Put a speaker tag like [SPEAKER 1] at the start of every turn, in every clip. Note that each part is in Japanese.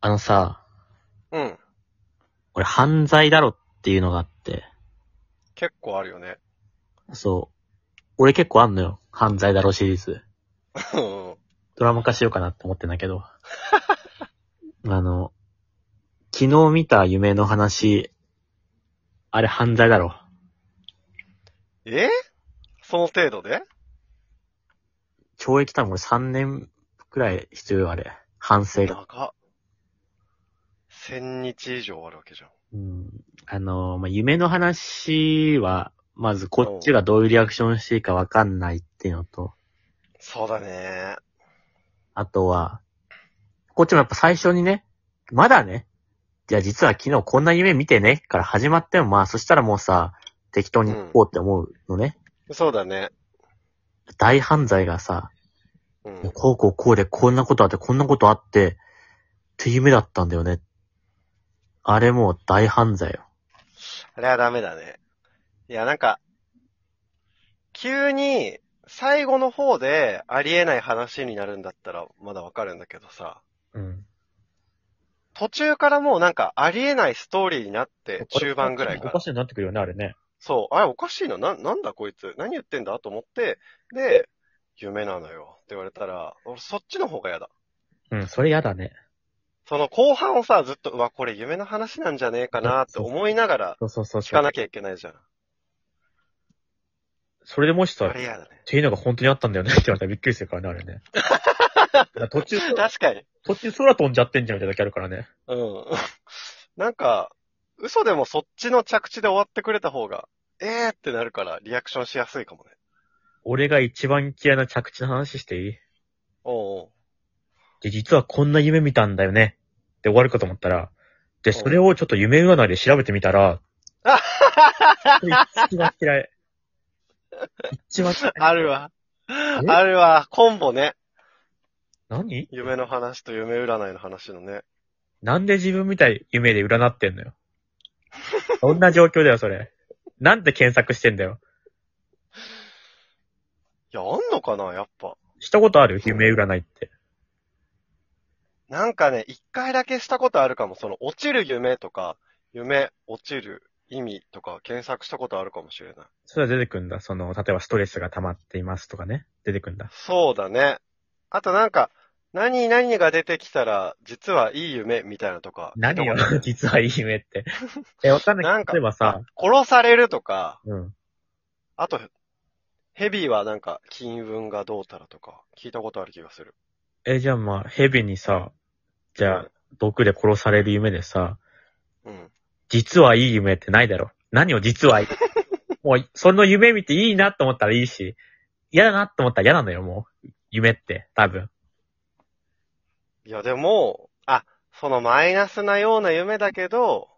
[SPEAKER 1] あのさ、
[SPEAKER 2] うん。
[SPEAKER 1] 俺犯罪だろっていうのがあって、
[SPEAKER 2] 結構あるよね。
[SPEAKER 1] そう。俺結構あんのよ。犯罪だろシリーズ。
[SPEAKER 2] うん
[SPEAKER 1] ドラマ化しようかなって思ってんだ けど。あの、昨日見た夢の話、あれ犯罪だろ。
[SPEAKER 2] えその程度で
[SPEAKER 1] 懲役多分俺3年くらい必要よ、あれ。反省が。
[SPEAKER 2] 長っ。千日以上あるわけじゃん。
[SPEAKER 1] うん。あの、まあ、夢の話は、まずこっちがどういうリアクションしていいかわかんないっていうのと、
[SPEAKER 2] そうだね。
[SPEAKER 1] あとは、こっちもやっぱ最初にね、まだね、じゃあ実は昨日こんな夢見てね、から始まってもまあそしたらもうさ、適当に行こうって思うのね。
[SPEAKER 2] そうだね。
[SPEAKER 1] 大犯罪がさ、
[SPEAKER 2] うん。
[SPEAKER 1] こうこうこうでこんなことあってこんなことあって、って夢だったんだよね。あれもう大犯罪よ。
[SPEAKER 2] あれはダメだね。いや、なんか、急に、最後の方でありえない話になるんだったらまだわかるんだけどさ、
[SPEAKER 1] うん。
[SPEAKER 2] 途中からもうなんかありえないストーリーになって中盤ぐらいから。
[SPEAKER 1] しいなってくるよね、あれね。
[SPEAKER 2] そう、あれおかしいな、な、なんだこいつ、何言ってんだと思って、で、夢なのよって言われたら、俺そっちの方が嫌だ。
[SPEAKER 1] うん、それやだね。
[SPEAKER 2] その後半をさ、ずっと、うわ、これ夢の話なんじゃねえかなって思いながら
[SPEAKER 1] そうそうそう
[SPEAKER 2] 聞かなきゃいけないじゃん。
[SPEAKER 1] それでもしさ
[SPEAKER 2] あれ嫌だね。
[SPEAKER 1] ていうのが本当にあったんだよねって言われたらびっくりするからね、あれ ね。だから途中、
[SPEAKER 2] 確かに。
[SPEAKER 1] 途中空飛んじゃってんじゃんみたいな時あるからね。
[SPEAKER 2] うん。 なんか、嘘でもそっちの着地で終わってくれた方が、えーってなるからリアクションしやすいかもね。
[SPEAKER 1] 俺が一番嫌いな着地の話していい
[SPEAKER 2] おうおう
[SPEAKER 1] で、実はこんな夢見たんだよね。で終わるかと思ったら、で、それをちょっと夢占いで調べてみたら、
[SPEAKER 2] あ
[SPEAKER 1] 一番嫌い。一番嫌い。
[SPEAKER 2] あるわ。あるわ。コンボね。
[SPEAKER 1] 何
[SPEAKER 2] 夢の話と夢占いの話のね。
[SPEAKER 1] なんで自分みたい夢で占ってんのよ。どんな状況だよ、それ。なんて検索してんだよ。
[SPEAKER 2] いや、あんのかなやっぱ。
[SPEAKER 1] したことある夢占いって。
[SPEAKER 2] なんかね、一回だけしたことあるかも。その、落ちる夢とか、夢、落ちる意味とか検索したことあるかもしれない。
[SPEAKER 1] それは出てくんだ。その、例えばストレスが溜まっていますとかね。出てくんだ。
[SPEAKER 2] そうだね。あとなんか、何々が出てきたら、実はいい夢みたいなとか。
[SPEAKER 1] 何よ
[SPEAKER 2] 聞いたことあ、る
[SPEAKER 1] 実はいい夢 って。え、わかんな
[SPEAKER 2] ないん。か
[SPEAKER 1] 例えばさ、
[SPEAKER 2] 殺されるとか、
[SPEAKER 1] うん。
[SPEAKER 2] あと、ヘビはなんか、金運がどうたらとか、聞いたことある気がする。
[SPEAKER 1] え、じゃあまあ、蛇にさ、じゃあ、毒で殺される夢でさ、
[SPEAKER 2] うん。
[SPEAKER 1] 実はいい夢ってないだろ。何を実 はいい。もう、その夢見ていいなと思ったらいいし、嫌だなと思ったら嫌なのよ、もう。夢って、多分。
[SPEAKER 2] いや、でも、あ、そのマイナスなような夢だけど、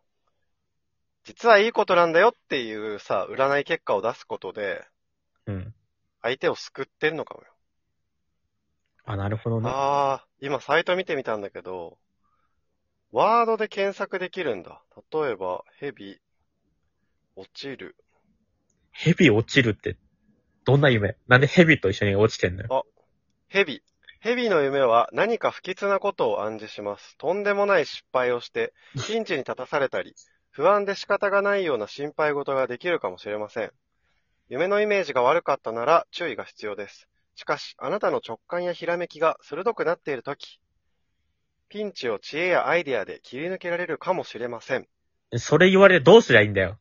[SPEAKER 2] 実はいいことなんだよっていうさ、占い結果を出すことで、
[SPEAKER 1] うん。
[SPEAKER 2] 相手を救ってんのかもよ。
[SPEAKER 1] あ、なるほどね。
[SPEAKER 2] ああ、今サイト見てみたんだけど、ワードで検索できるんだ。例えば、ヘビ、落ちる。
[SPEAKER 1] 蛇落ちるって、どんな夢なんで蛇と一緒に落ちてんのよ。
[SPEAKER 2] ヘビ。ヘビの夢は何か不吉なことを暗示します。とんでもない失敗をして、ピンチに立たされたり、不安で仕方がないような心配事ができるかもしれません。夢のイメージが悪かったなら注意が必要です。しかし、あなたの直感やひらめきが鋭くなっているとき、ピンチを知恵やアイデアで切り抜けられるかもしれません。
[SPEAKER 1] それ言われてどうすりゃいいんだよ。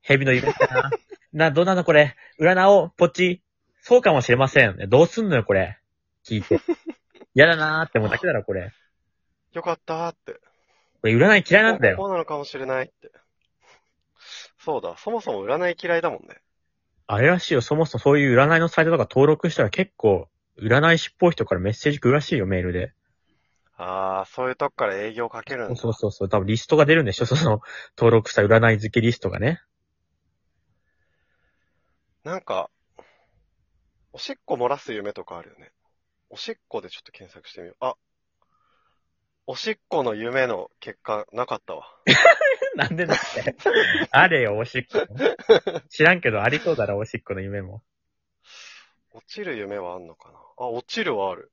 [SPEAKER 1] 蛇の夢だ な。な、どうなのこれ。占おう、ポチ。そうかもしれません。どうすんのよ、これ。聞いて。嫌だなーって思うだけだろ、これ。
[SPEAKER 2] よかったーって。
[SPEAKER 1] これ占い嫌いなんだよ
[SPEAKER 2] こ。うなのかもしれないって。そうだ、そもそも占い嫌いだもんね。
[SPEAKER 1] あれらしいよ、そもそもそういう占いのサイトとか登録したら結構、占い師っぽい人からメッセージ来るらしいよ、メールで。
[SPEAKER 2] あー、そういうとこから営業かけるんだ。
[SPEAKER 1] そうそうそう、多分リストが出るんでしょ、その、登録した占い好きリストがね。
[SPEAKER 2] なんか、おしっこ漏らす夢とかあるよね。おしっこでちょっと検索してみよう。あ、おしっこの夢の結果なかったわ。
[SPEAKER 1] なんでだって。 あれよ、おしっこ。知らんけど、ありそうだろ、おしっこの夢も。
[SPEAKER 2] 落ちる夢はあんのかなあ、落ちるはある。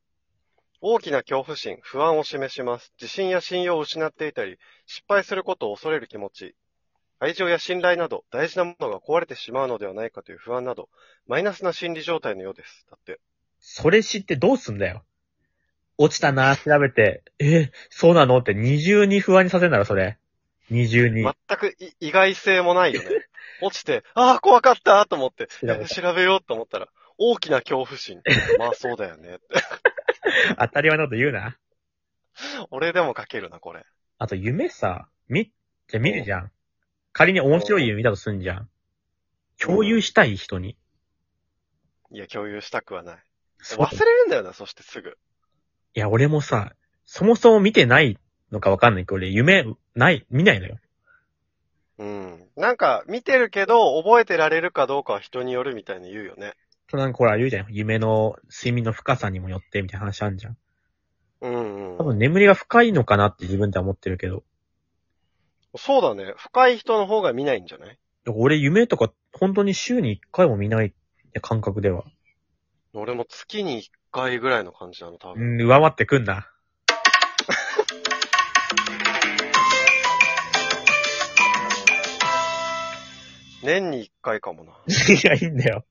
[SPEAKER 2] 大きな恐怖心、不安を示します。自信や信用を失っていたり、失敗することを恐れる気持ち。愛情や信頼など、大事なものが壊れてしまうのではないかという不安など、マイナスな心理状態のようです。だって。
[SPEAKER 1] それ知ってどうすんだよ。落ちたな、調べて、え、そうなのって二重に不安にさせんなら、それ。二重に。
[SPEAKER 2] 全くい意外性もない よね。落ちて、ああ、怖かったと思って、
[SPEAKER 1] 調べた
[SPEAKER 2] 調べようと思ったら、大きな恐怖 心。まあそうだよね。
[SPEAKER 1] 当たり前のこと言うな。
[SPEAKER 2] 俺でも書けるな、これ。
[SPEAKER 1] あと、夢さ、み、じゃあ見るじゃん。仮に面白い夢見たとすんじゃん。共有したい人に。
[SPEAKER 2] いや、共有したくはない。
[SPEAKER 1] そう
[SPEAKER 2] 忘れるんだよな、そしてすぐ。
[SPEAKER 1] いや、俺もさ、そもそも見てないのかわかんないけど、俺、夢、ない、見ないのよ。
[SPEAKER 2] うん。なんか、見てるけど、覚えてられるかどうかは人によるみたいに言うよね。
[SPEAKER 1] そうなんかほら、言うじゃん。夢の、睡眠の深さにもよって、みたいな話あんじゃん。
[SPEAKER 2] うん
[SPEAKER 1] 多
[SPEAKER 2] うん。
[SPEAKER 1] 分眠りが深いのかなって自分では思ってるけど。
[SPEAKER 2] そうだね。深い人の方が見ないんじゃない
[SPEAKER 1] だから俺夢とか本当に週に一回も見ない感覚では。
[SPEAKER 2] 俺も月に一回ぐらいの感じなの、多
[SPEAKER 1] う
[SPEAKER 2] 分。
[SPEAKER 1] ん、上回ってくん な。
[SPEAKER 2] 年に一回かもな。
[SPEAKER 1] いや、いいんだよ。